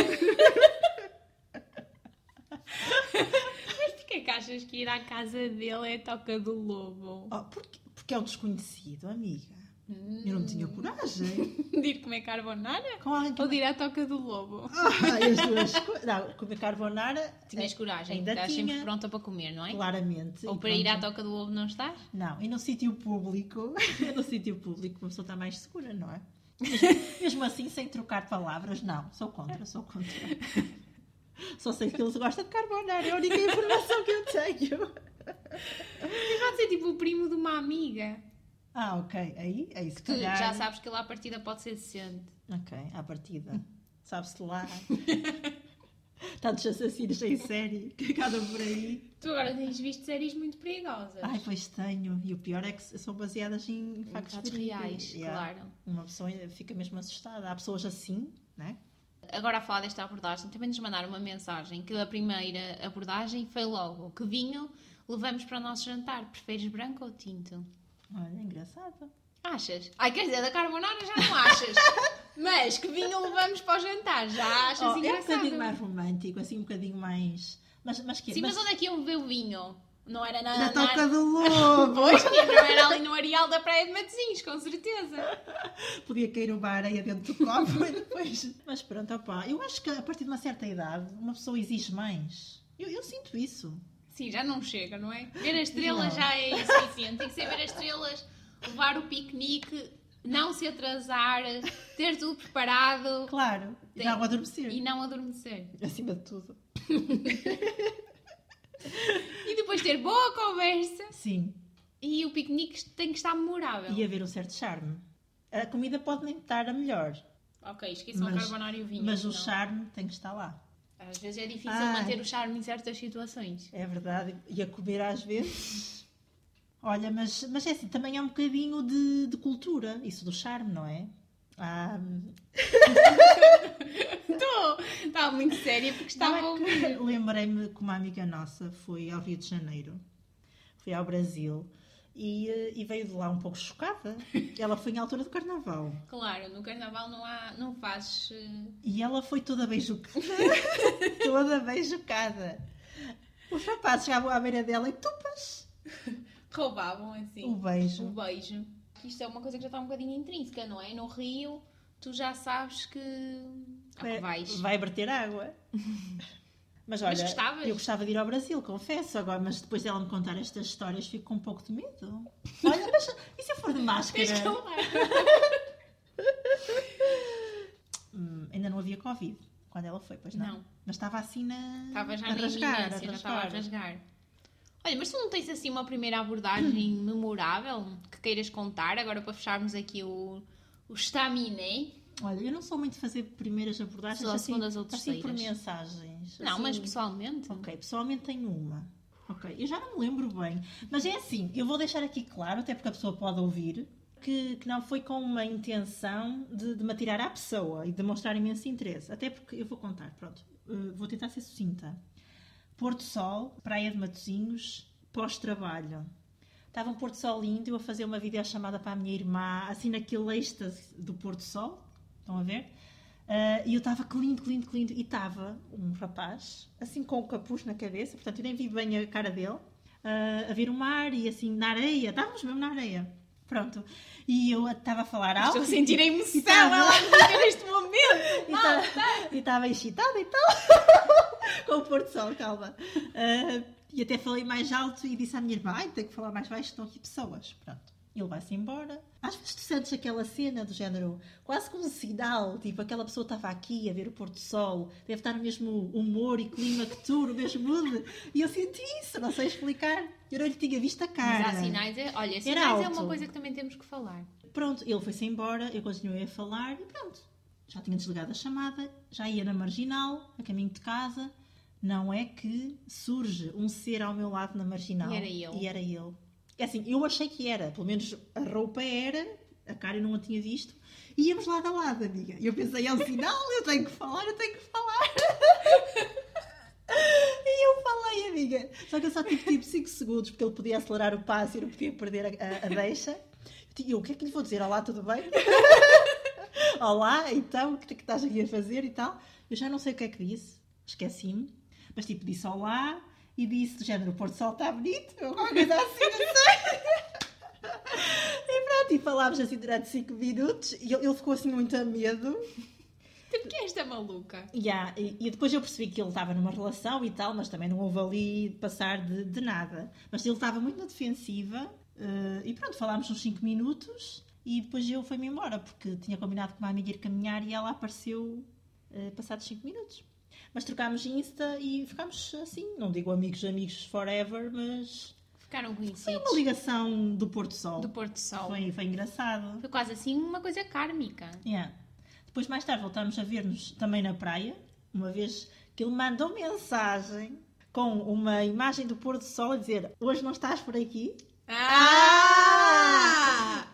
Speaker 2: porquê que achas que ir à casa dele é toca do lobo?
Speaker 1: Oh, porque, porque é um desconhecido, amiga.
Speaker 2: Hum.
Speaker 1: Eu não tinha coragem.
Speaker 2: De ir comer é carbonara?
Speaker 1: Com alguém que...
Speaker 2: Ou de ir à toca do lobo?
Speaker 1: Ai, as duas coisas. Não, comer carbonara,
Speaker 2: Tinhas
Speaker 1: eh,
Speaker 2: coragem,
Speaker 1: ainda
Speaker 2: estás sempre
Speaker 1: tinha.
Speaker 2: pronta para comer, não é?
Speaker 1: claramente.
Speaker 2: Ou
Speaker 1: e
Speaker 2: para ir à
Speaker 1: pronto.
Speaker 2: toca do lobo não estás?
Speaker 1: Não, e num sítio público, num sítio público, uma pessoa está mais segura, não é? Mesmo, mesmo assim, sem trocar palavras, não. Sou contra, sou contra. Só sei que eles gostam de carbonara, é a única informação que eu tenho.
Speaker 2: Mas pode ser tipo o primo de uma amiga.
Speaker 1: Ah, ok. Aí, aí se
Speaker 2: Tu
Speaker 1: calhar...
Speaker 2: já sabes que lá à partida pode ser decente.
Speaker 1: Ok, à partida. Sabe-se lá. Tantos assassinos em série que acabam por aí.
Speaker 2: Tu agora tens visto séries muito perigosas.
Speaker 1: Ai, pois tenho. E o pior é que são baseadas em factos
Speaker 2: Fatos
Speaker 1: verídicos.
Speaker 2: reais,
Speaker 1: Yeah.
Speaker 2: claro.
Speaker 1: Uma pessoa fica mesmo assustada. Há pessoas assim, né?
Speaker 2: Agora a falar desta abordagem, também nos mandaram uma mensagem que a primeira abordagem foi logo: que vinho levamos para o nosso jantar? Preferes branco ou tinto?
Speaker 1: Olha, é engraçado.
Speaker 2: Achas? Ai, quer dizer, da carbonara já não achas. Mas que vinho levamos para o jantar? Já achas
Speaker 1: Oh, é um
Speaker 2: engraçado.
Speaker 1: bocadinho mais romântico, assim, um bocadinho mais. Mas, mas que
Speaker 2: Sim, mas, onde é que iam beber o vinho? Não era na...
Speaker 1: Na toca
Speaker 2: na...
Speaker 1: do lobo!
Speaker 2: Pois, não era ali no areal da Praia de Matosinhos, com certeza.
Speaker 1: Podia cair uma areia dentro do copo e depois. Mas pronto, opá. Eu acho que a partir de uma certa idade, uma pessoa exige mais. Eu- eu sinto isso.
Speaker 2: Sim, já não chega, não é? Ver as estrelas
Speaker 1: Não.
Speaker 2: já é insuficiente. Tem que ser ver as estrelas, levar o piquenique, não se atrasar, ter tudo preparado
Speaker 1: Claro, e
Speaker 2: Tem-
Speaker 1: não adormecer.
Speaker 2: e não adormecer.
Speaker 1: Acima de tudo.
Speaker 2: E depois ter boa conversa
Speaker 1: Sim.
Speaker 2: e o piquenique tem que estar memorável.
Speaker 1: E haver um certo charme. A comida pode nem estar a melhor,
Speaker 2: Ok, esqueçam o
Speaker 1: Mas-
Speaker 2: carbonário e o vinho.
Speaker 1: mas o Ah.
Speaker 2: não.
Speaker 1: charme tem que estar lá.
Speaker 2: Às vezes é difícil
Speaker 1: Ai.
Speaker 2: manter o charme em certas situações.
Speaker 1: É verdade. E a comer às vezes. Olha, mas, mas é assim, também é um bocadinho de, de cultura, isso do charme, não é? Ah,
Speaker 2: Estou! Estava tá muito séria porque estava a
Speaker 1: não é que-
Speaker 2: ouvir.
Speaker 1: Lembrei-me que uma amiga nossa foi ao Rio de Janeiro, foi ao Brasil, E, eh, e veio de lá um pouco chocada. Ela foi em altura do carnaval.
Speaker 2: Claro, no carnaval não há, não fazes. eh,
Speaker 1: E ela foi toda beijucada. toda beijucada. Os rapazes chegavam à beira dela e tupas
Speaker 2: Roubavam assim.
Speaker 1: o beijo.
Speaker 2: um beijo. Isto é uma coisa que já está um bocadinho intrínseca, não é? No Rio, tu já sabes que. Ah,
Speaker 1: É,
Speaker 2: que vais.
Speaker 1: Vai verter água. Mas olha,
Speaker 2: gostavas?
Speaker 1: eu gostava de ir ao Brasil, confesso agora, mas depois dela me contar estas histórias fico com um pouco de medo. Olha, mas e se eu for de
Speaker 2: Tens que
Speaker 1: máscara?
Speaker 2: levar.
Speaker 1: Hum, ainda não havia Covid quando ela foi, pois não.
Speaker 2: Não,
Speaker 1: Mas estava assim na.
Speaker 2: estava já
Speaker 1: a
Speaker 2: na
Speaker 1: rasgar, a
Speaker 2: iminência, já estava a
Speaker 1: rasgar.
Speaker 2: rasgar. Olha, mas tu não tens assim uma primeira abordagem memorável que queiras contar agora para fecharmos aqui o, o estaminé?
Speaker 1: Olha, eu não sou muito de fazer primeiras abordagens
Speaker 2: Só
Speaker 1: assim,
Speaker 2: segundas ou
Speaker 1: assim por
Speaker 2: terceiras.
Speaker 1: mensagens.
Speaker 2: Não,
Speaker 1: assim,
Speaker 2: mas pessoalmente.
Speaker 1: Ok, pessoalmente tenho uma. Ok, eu já não me lembro bem. Mas é assim, eu vou deixar aqui claro, até porque a pessoa pode ouvir, que, que não foi com uma intenção de, de me atirar à pessoa e de mostrar imenso interesse. Até porque eu vou contar, pronto. Eh, vou tentar ser sucinta. Porto Sol, Praia de Matozinhos, pós-trabalho. Estava um Porto Sol lindo, eu a fazer uma videochamada para a minha irmã, assim naquele êxtase do Porto Sol. Estão a ver? Ah, E eu estava que lindo, que lindo, que lindo. E estava um rapaz, assim com o capuz na cabeça, portanto eu nem vi bem a cara dele, ah, a ver o mar e assim na areia. Estávamos mesmo na areia. Pronto. E eu estava a falar alto.
Speaker 2: Estou a sentir a emoção,
Speaker 1: Estava-
Speaker 2: ela fica neste momento.
Speaker 1: E tá- E estava excitada e tal. Com o Porto Sol, calma. Ah, e até falei mais alto e disse à minha irmã: Ai, tenho que falar mais baixo, estão aqui pessoas. Pronto. Ele vai-se embora. Às vezes tu sentes aquela cena do género, quase como um sinal, tipo aquela pessoa estava aqui a ver o Porto Sol, deve estar no mesmo humor e clima que tu, no mesmo mood. E eu senti isso, não sei explicar. Eu não lhe tinha visto a cara.
Speaker 2: Mas há sinais, é- olha,
Speaker 1: Era
Speaker 2: sinais é
Speaker 1: alto.
Speaker 2: uma coisa que também temos que falar.
Speaker 1: Pronto, ele foi-se embora, eu continuei a falar e pronto. Já tinha desligado a chamada, já ia na marginal, a caminho de casa. Não é que surge um ser ao meu lado na marginal.
Speaker 2: E era ele.
Speaker 1: E era ele. É assim, eu achei que era, pelo menos a roupa era, a cara eu não a tinha visto. E íamos lado a lado, amiga. E eu pensei, é um sinal, eu tenho que falar, eu tenho que falar. E eu falei, amiga. Só que eu só tive tipo 5 segundos, porque ele podia acelerar o passo e eu não podia perder a, a- a deixa. E eu, o que é que lhe vou dizer? Olá, tudo bem? Olá, então, o que, que estás aqui a fazer e tal? Eu já não sei o que é que disse, esqueci-me. Mas tipo, disse olá e disse do género, o Porto Sol está bonito, ou alguma coisa assim, não sei. E pronto, e falámos assim durante 5 minutos e ele, ele ficou assim muito a medo.
Speaker 2: Tipo, que é esta maluca?
Speaker 1: Ya, e, e depois eu percebi que ele estava numa relação e tal, mas também não houve ali passar de, de nada. Mas ele estava muito na defensiva eh, e pronto, falámos uns 5 minutos e depois eu fui-me embora porque tinha combinado com uma amiga ir caminhar e ela apareceu eh, passados 5 minutos. Mas trocámos Insta e ficámos assim, não digo amigos, amigos forever, mas
Speaker 2: Ficaram
Speaker 1: foi uma
Speaker 2: conhecidos
Speaker 1: ligação do Porto Sol.
Speaker 2: do Porto Sol.
Speaker 1: Foi, foi engraçado.
Speaker 2: Foi quase assim uma coisa kármica.
Speaker 1: Yeah. Depois, mais tarde, voltámos a ver-nos também na praia, uma vez que ele mandou mensagem com uma imagem do pôr do sol a dizer hoje não estás por aqui.
Speaker 2: Ah!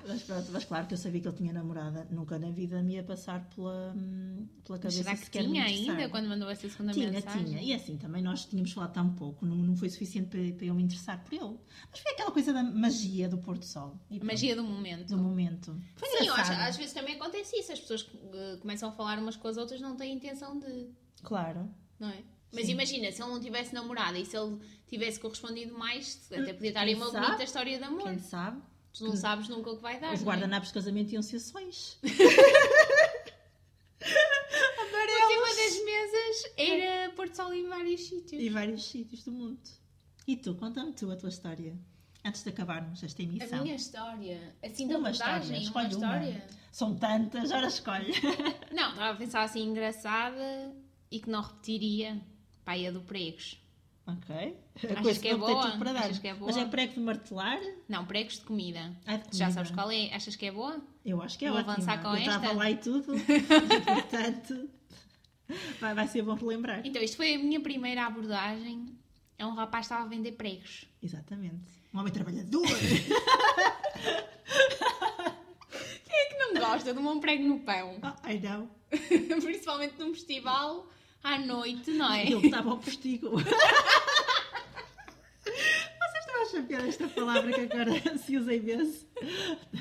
Speaker 1: Mas pronto, mas claro que eu sabia que ele tinha namorada. Nunca na vida me ia passar pela, hum, pela
Speaker 2: Mas
Speaker 1: cabeça
Speaker 2: será que
Speaker 1: sequer me
Speaker 2: tinha
Speaker 1: interessar.
Speaker 2: ainda quando mandou essa segunda
Speaker 1: Tinha,
Speaker 2: mensagem?
Speaker 1: tinha. E assim, também nós tínhamos falado tão pouco, não, não foi suficiente para, para eu me interessar por ele. Mas foi aquela coisa da magia do pôr do sol. E
Speaker 2: A
Speaker 1: pronto,
Speaker 2: Magia do momento.
Speaker 1: do momento. Foi
Speaker 2: Sim, eu acho-
Speaker 1: engraçado.
Speaker 2: às vezes também acontece isso. As pessoas eh, começam a falar umas com as outras não têm intenção de,
Speaker 1: Claro.
Speaker 2: não é? Mas
Speaker 1: Sim.
Speaker 2: imagina, se ele não tivesse namorada e se ele tivesse correspondido mais, até podia estar
Speaker 1: quem
Speaker 2: aí uma
Speaker 1: sabe?
Speaker 2: bonita história de amor.
Speaker 1: Quem sabe?
Speaker 2: Tu não sabes nunca o que vai dar.
Speaker 1: Os
Speaker 2: não é?
Speaker 1: guardanapos de casamento iam ser sóis.
Speaker 2: Por cima das mesas era Porto Sol em vários sítios.
Speaker 1: E vários sítios do mundo. E tu, conta-me tu a tua história. Antes de acabarmos esta
Speaker 2: A
Speaker 1: emissão.
Speaker 2: minha história, assim, da
Speaker 1: é Uma história,
Speaker 2: abordagem, uma
Speaker 1: escolhe uma.
Speaker 2: história.
Speaker 1: São tantas, ora escolhe.
Speaker 2: Não, estava a pensar assim engraçada e que não repetiria. Pai, a do pregos.
Speaker 1: ok.
Speaker 2: Achas que é
Speaker 1: não tem
Speaker 2: boa?
Speaker 1: tudo para dar.
Speaker 2: Achas que é boa?
Speaker 1: Mas é prego de martelar.
Speaker 2: Não, pregos de comida.
Speaker 1: Ai, Ah, de
Speaker 2: Tu já
Speaker 1: comida.
Speaker 2: sabes qual é? Achas que é boa?
Speaker 1: Eu acho que é
Speaker 2: Vou
Speaker 1: ótima.
Speaker 2: avançar com
Speaker 1: Eu
Speaker 2: esta?
Speaker 1: estava lá e tudo. E, portanto, vai, vai ser bom relembrar.
Speaker 2: Então, isto foi a minha primeira abordagem. É um rapaz que estava a vender pregos.
Speaker 1: Exatamente. Um homem trabalhador.
Speaker 2: Quem é que não gosta de um prego no pão?
Speaker 1: oh, I know.
Speaker 2: Principalmente num festival à noite, não é?
Speaker 1: Ele estava ao postigo. Vocês estão a achar muita piada esta palavra que agora se usa imenso.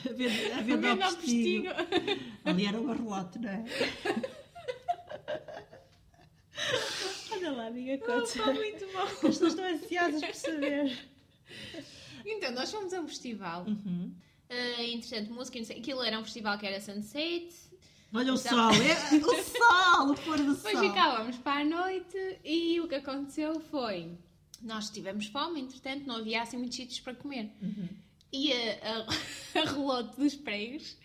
Speaker 1: A venda, a venda ao postigo. Ali era o barrote, não é? Olha lá, amiga,
Speaker 2: Oh,
Speaker 1: conta.
Speaker 2: está muito bom.
Speaker 1: As pessoas estão ansiosas por saber.
Speaker 2: Então, nós fomos a um festival.
Speaker 1: Uhum.
Speaker 2: Ah, interessante música, não sei. Aquilo era um festival que era Sunset.
Speaker 1: Olha o
Speaker 2: Então-
Speaker 1: sol, é, o sol, o pôr do
Speaker 2: Depois
Speaker 1: sol.
Speaker 2: ficávamos para a noite e o que aconteceu foi. Nós tivemos fome, entretanto, não havia assim muitos sítios para comer.
Speaker 1: Uhum.
Speaker 2: E a, a, a relote dos pregos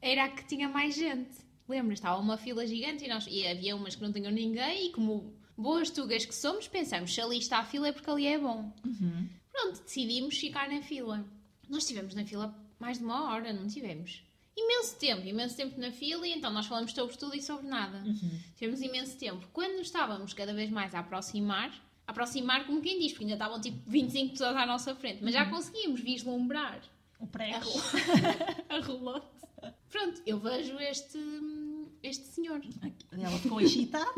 Speaker 2: era a que tinha mais gente. Lembras? Estava uma fila gigante e, nós, e havia umas que não tinham ninguém e como boas tugas que somos, pensamos, se ali está a fila é porque ali é bom.
Speaker 1: Uhum.
Speaker 2: Pronto, decidimos ficar na fila. Nós estivemos na fila mais de uma hora, não tivemos? Imenso tempo, imenso tempo na fila e então nós falamos sobre tudo e sobre nada.
Speaker 1: Uhum.
Speaker 2: Tivemos imenso tempo. Quando nos estávamos cada vez mais a aproximar, aproximar como quem diz, porque ainda estavam tipo 25 pessoas à nossa frente, mas já
Speaker 1: Uhum.
Speaker 2: conseguimos vislumbrar
Speaker 1: O
Speaker 2: a
Speaker 1: prego.
Speaker 2: relo- a relote. Pronto, eu vejo este, este senhor.
Speaker 1: Ela ficou excitada.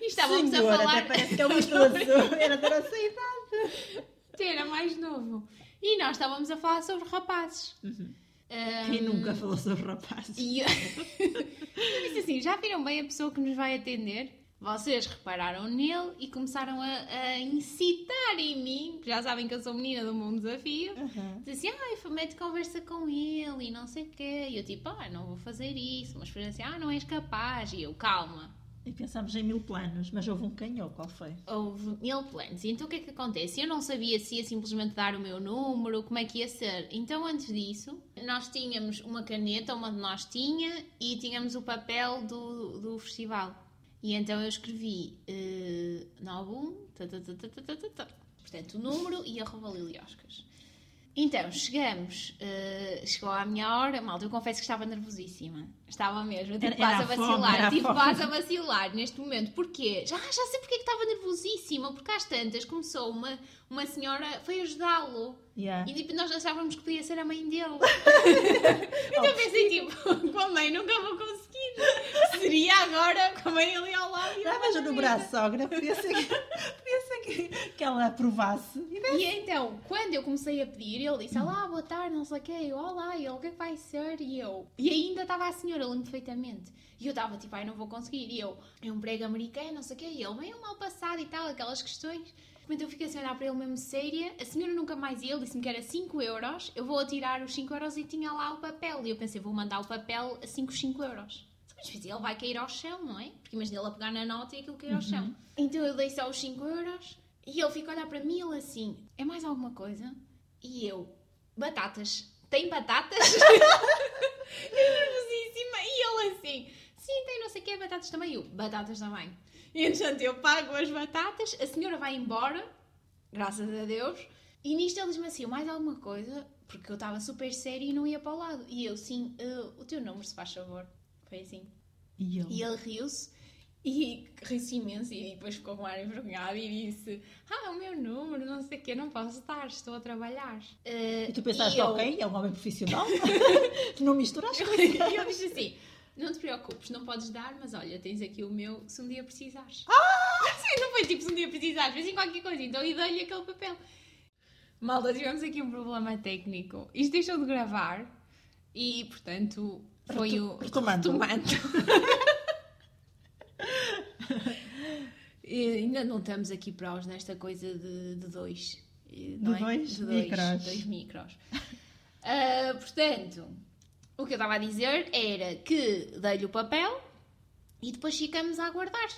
Speaker 2: E estávamos
Speaker 1: Senhora,
Speaker 2: a falar.
Speaker 1: Até parece que é muito azul. Era assim, da nossa idade.
Speaker 2: Era mais novo. E nós estávamos a falar sobre rapazes.
Speaker 1: Uhum.
Speaker 2: Ah,
Speaker 1: Quem nunca falou sobre rapazes?
Speaker 2: E eu disse assim: já viram bem a pessoa que nos vai atender? Vocês repararam nele e começaram a, a incitar em mim, que já sabem que eu sou menina do Bom Desafio.
Speaker 1: Uhum.
Speaker 2: Dizem assim: ai, mete conversa com ele e não sei o quê. E eu tipo: ah, não vou fazer isso. Mas foram assim: ah, não és capaz. E eu: calma,
Speaker 1: E pensámos em mil planos, mas houve um canhão, qual foi?
Speaker 2: houve mil planos. E então o que é que acontece? Eu não sabia se ia simplesmente dar o meu número, como é que ia ser. Então antes disso, nós tínhamos uma caneta, uma de nós tinha, e tínhamos o papel do, do festival. E então eu escrevi eh, 91, tá, tá, tá, tá, tá, tá, tá, tá. portanto o número e arroba Lili Oscars. Então, chegamos, eh, chegou à minha hora, malta, eu confesso que estava nervosíssima. Estava mesmo, eu tive
Speaker 1: Era- era
Speaker 2: quase a
Speaker 1: a fome, era
Speaker 2: vacilar,
Speaker 1: a
Speaker 2: tive
Speaker 1: fome.
Speaker 2: quase a vacilar neste momento. Porquê? Já, já sei porque é que estava nervosíssima, porque às tantas começou uma, uma senhora, foi ajudá-lo.
Speaker 1: Yeah.
Speaker 2: E tipo, nós achávamos que podia ser a mãe dele. então
Speaker 1: Oh.
Speaker 2: pensei, tipo, com a mãe nunca vou conseguir. Seria agora com a mãe ali ao lado. e eu
Speaker 1: Davas
Speaker 2: na
Speaker 1: no
Speaker 2: mesa.
Speaker 1: braço, sogra, podia ser, que, podia ser que, que ela aprovasse. E daí-
Speaker 2: E então, quando eu comecei a pedir, ele disse: Olá, boa tarde, não sei o quê, eu, olá, e ele, o que é que vai ser? E eu. E ainda estava a senhora, eu lembro perfeitamente. E eu estava tipo: Ai, não vou conseguir. E eu, é um prego americano, não sei o quê, e ele, bem um mal passado e tal, aquelas questões. Mas eu fiquei assim a olhar para ele mesmo séria. A senhora nunca mais ia, ele disse-me que era 5 euros. Eu vou atirar os 5 euros e tinha lá o papel. E eu pensei: Vou mandar o papel a 5, 5 euros. Mas pois, ele vai cair ao chão, não é? Porque imagina ele a pegar na nota e aquilo cair ao chão. Então eu dei só os 5 euros e ele fica a olhar para mim ele assim: é mais alguma coisa? E eu: batatas. Tem batatas? eu nervosíssima. E ele assim: sim, tem não sei o que, batatas também. Eu: batatas também. E entretanto eu pago as batatas, a senhora vai embora, graças a Deus. E nisto ele diz-me assim: mais alguma coisa? Porque eu estava super séria e não ia para o lado. E eu: sim, eh, o teu número, se faz favor. Foi assim.
Speaker 1: E eu.
Speaker 2: E ele riu-se e riu-se imenso e depois ficou com ar envergonhado e disse: Ah, o meu número, não sei o quê, não posso estar, estou a trabalhar. Eh,
Speaker 1: E tu pensaste,
Speaker 2: e eu-
Speaker 1: ok, é um homem profissional. Tu não misturaste com
Speaker 2: E eu, disse assim: Não te preocupes, não podes dar, mas olha, tens aqui o meu se um dia precisares. Ah! Sim, não foi tipo se um dia precisares, mas em qualquer coisa, então e dei-lhe aquele papel. Malta, tivemos aqui um problema técnico. Isto deixou de gravar e, portanto, foi o.
Speaker 1: Reto- retomando.
Speaker 2: E ainda não estamos aqui prós nesta coisa de, de dois. e- não
Speaker 1: De
Speaker 2: é?
Speaker 1: dois
Speaker 2: de dois,
Speaker 1: micros.
Speaker 2: dois micros. Ah, portanto, o que eu estava a dizer era que dei-lhe o papel e depois ficamos a aguardar.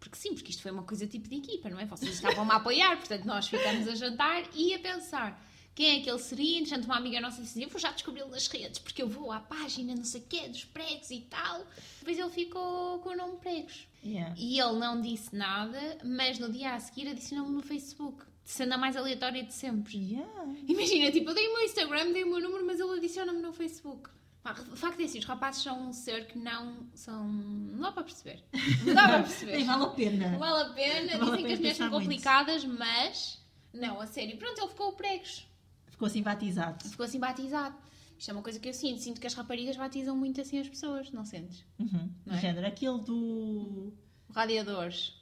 Speaker 2: Porque sim, porque isto foi uma coisa tipo de equipa, não é? Vocês estavam a apoiar, portanto nós ficamos a jantar e a pensar quem é que ele seria. Entretanto, uma amiga nossa disse: assim, Eu vou já descobri-lo nas redes, porque eu vou à página não sei quê dos pregos e tal. Depois ele ficou com o nome pregos.
Speaker 1: Yeah.
Speaker 2: E ele não disse nada, mas no dia a seguir adicionou-me no Facebook, sendo a mais aleatória de sempre.
Speaker 1: Yeah.
Speaker 2: Imagina, tipo, eu dei o meu Instagram, dei o meu número, mas ele adiciona-me no Facebook. Pá, o facto é assim, os rapazes são um ser que não são. Não dá para perceber. Não dá para
Speaker 1: Nem
Speaker 2: perceber.
Speaker 1: vale a pena.
Speaker 2: Não vale a pena,
Speaker 1: Não vale a pena
Speaker 2: dizem que as mulheres
Speaker 1: pensar
Speaker 2: são
Speaker 1: muito.
Speaker 2: complicadas, mas. Não, a sério. Pronto, ele ficou pregos.
Speaker 1: Ficou assim batizado.
Speaker 2: Ficou assim batizado. Isto é uma coisa que eu sinto. Sinto que as raparigas batizam muito assim as pessoas, não sentes?
Speaker 1: Uhum.
Speaker 2: Não é?
Speaker 1: Género, aquele do.
Speaker 2: Radiadores.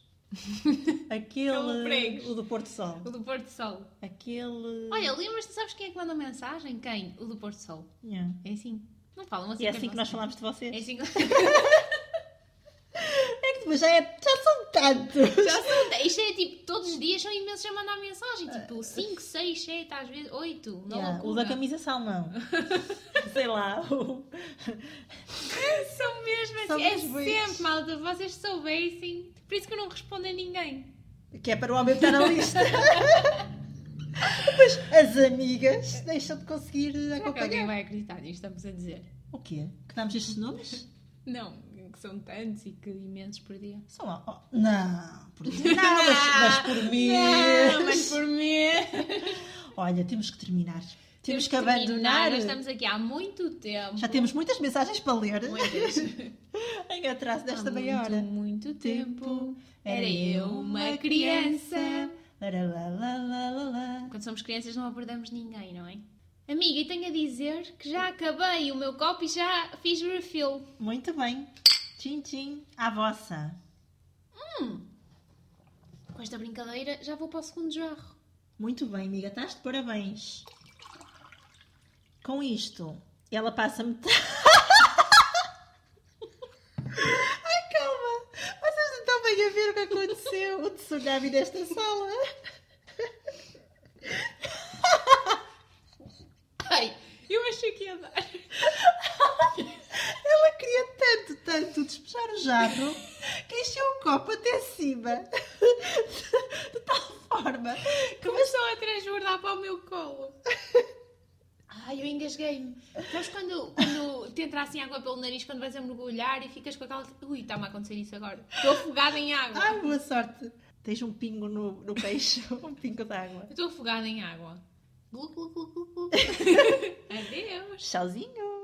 Speaker 1: Aquele.
Speaker 2: É pregos.
Speaker 1: o do Porto Sol.
Speaker 2: O do Porto Sol.
Speaker 1: Aquele.
Speaker 2: Olha, lembras-te, sabes quem é que manda mensagem? Quem? O do Porto Sol.
Speaker 1: Yeah.
Speaker 2: É assim. Não falam assim.
Speaker 1: E é
Speaker 2: com as
Speaker 1: assim que nós
Speaker 2: nossas-
Speaker 1: falámos de vocês.
Speaker 2: É assim que
Speaker 1: É que depois já, é, já são tantos.
Speaker 2: Já são- Isto é tipo, todos os dias são imensos a mandar mensagem. Tipo, 5, 6, 7, às vezes 8. Não
Speaker 1: Ah. Yeah, o da camisa salmão. Sei lá. o-
Speaker 2: São mesmo
Speaker 1: São
Speaker 2: assim. É
Speaker 1: mesmo esses.
Speaker 2: sempre, malta. Vocês soubessem. Por isso que eu não respondo a ninguém.
Speaker 1: Que é para o homem estar na lista. Depois as amigas deixam de conseguir
Speaker 2: Será que alguém
Speaker 1: acompanhar.
Speaker 2: vai acreditar nisto? que Estamos a dizer.
Speaker 1: O quê? Que damos estes nomes?
Speaker 2: Não, que são tantos e que imensos por dia.
Speaker 1: São lá. oh, não, por dia. Não, mas, mas por mim.
Speaker 2: Não, mas por mim.
Speaker 1: Olha, temos que terminar. Temos, que
Speaker 2: terminar,
Speaker 1: abandonar.
Speaker 2: Nós estamos aqui há muito tempo.
Speaker 1: Já temos muitas mensagens para ler
Speaker 2: Muitas.
Speaker 1: em atraso desta
Speaker 2: há
Speaker 1: meia
Speaker 2: muito,
Speaker 1: hora.
Speaker 2: muito tempo. Era eu uma criança.
Speaker 1: Lá, lá, lá, lá, lá, lá.
Speaker 2: Quando somos crianças não abordamos ninguém, não é? Amiga, e tenho a dizer que já acabei o meu copo e já fiz o refill.
Speaker 1: Muito bem. Tchim, tchim. À vossa.
Speaker 2: Com esta brincadeira já vou para o segundo jarro.
Speaker 1: Muito bem, amiga, estás de parabéns. Com isto, ela passa metade. Ai, calma! Vocês não estão bem a ver o que aconteceu? O tsunami desta sala.
Speaker 2: Ai, eu achei que ia dar.
Speaker 1: Ela queria tanto, tanto despejar o jarro que encheu o copo até cima. De tal forma que
Speaker 2: Começou a transbordar para o meu colo. Ai, eu engasguei-me. Mas quando, quando te entra assim água pelo nariz, quando vais a mergulhar e ficas com aquela. Ui, está-me a acontecer isso agora. Estou afogada em água.
Speaker 1: Ai, boa sorte. Tens um pingo no, no peixe, um pingo d'água.
Speaker 2: Eu estou afogada em água. Glu, glu, glu, glu, glu. Adeus.
Speaker 1: Tchauzinho.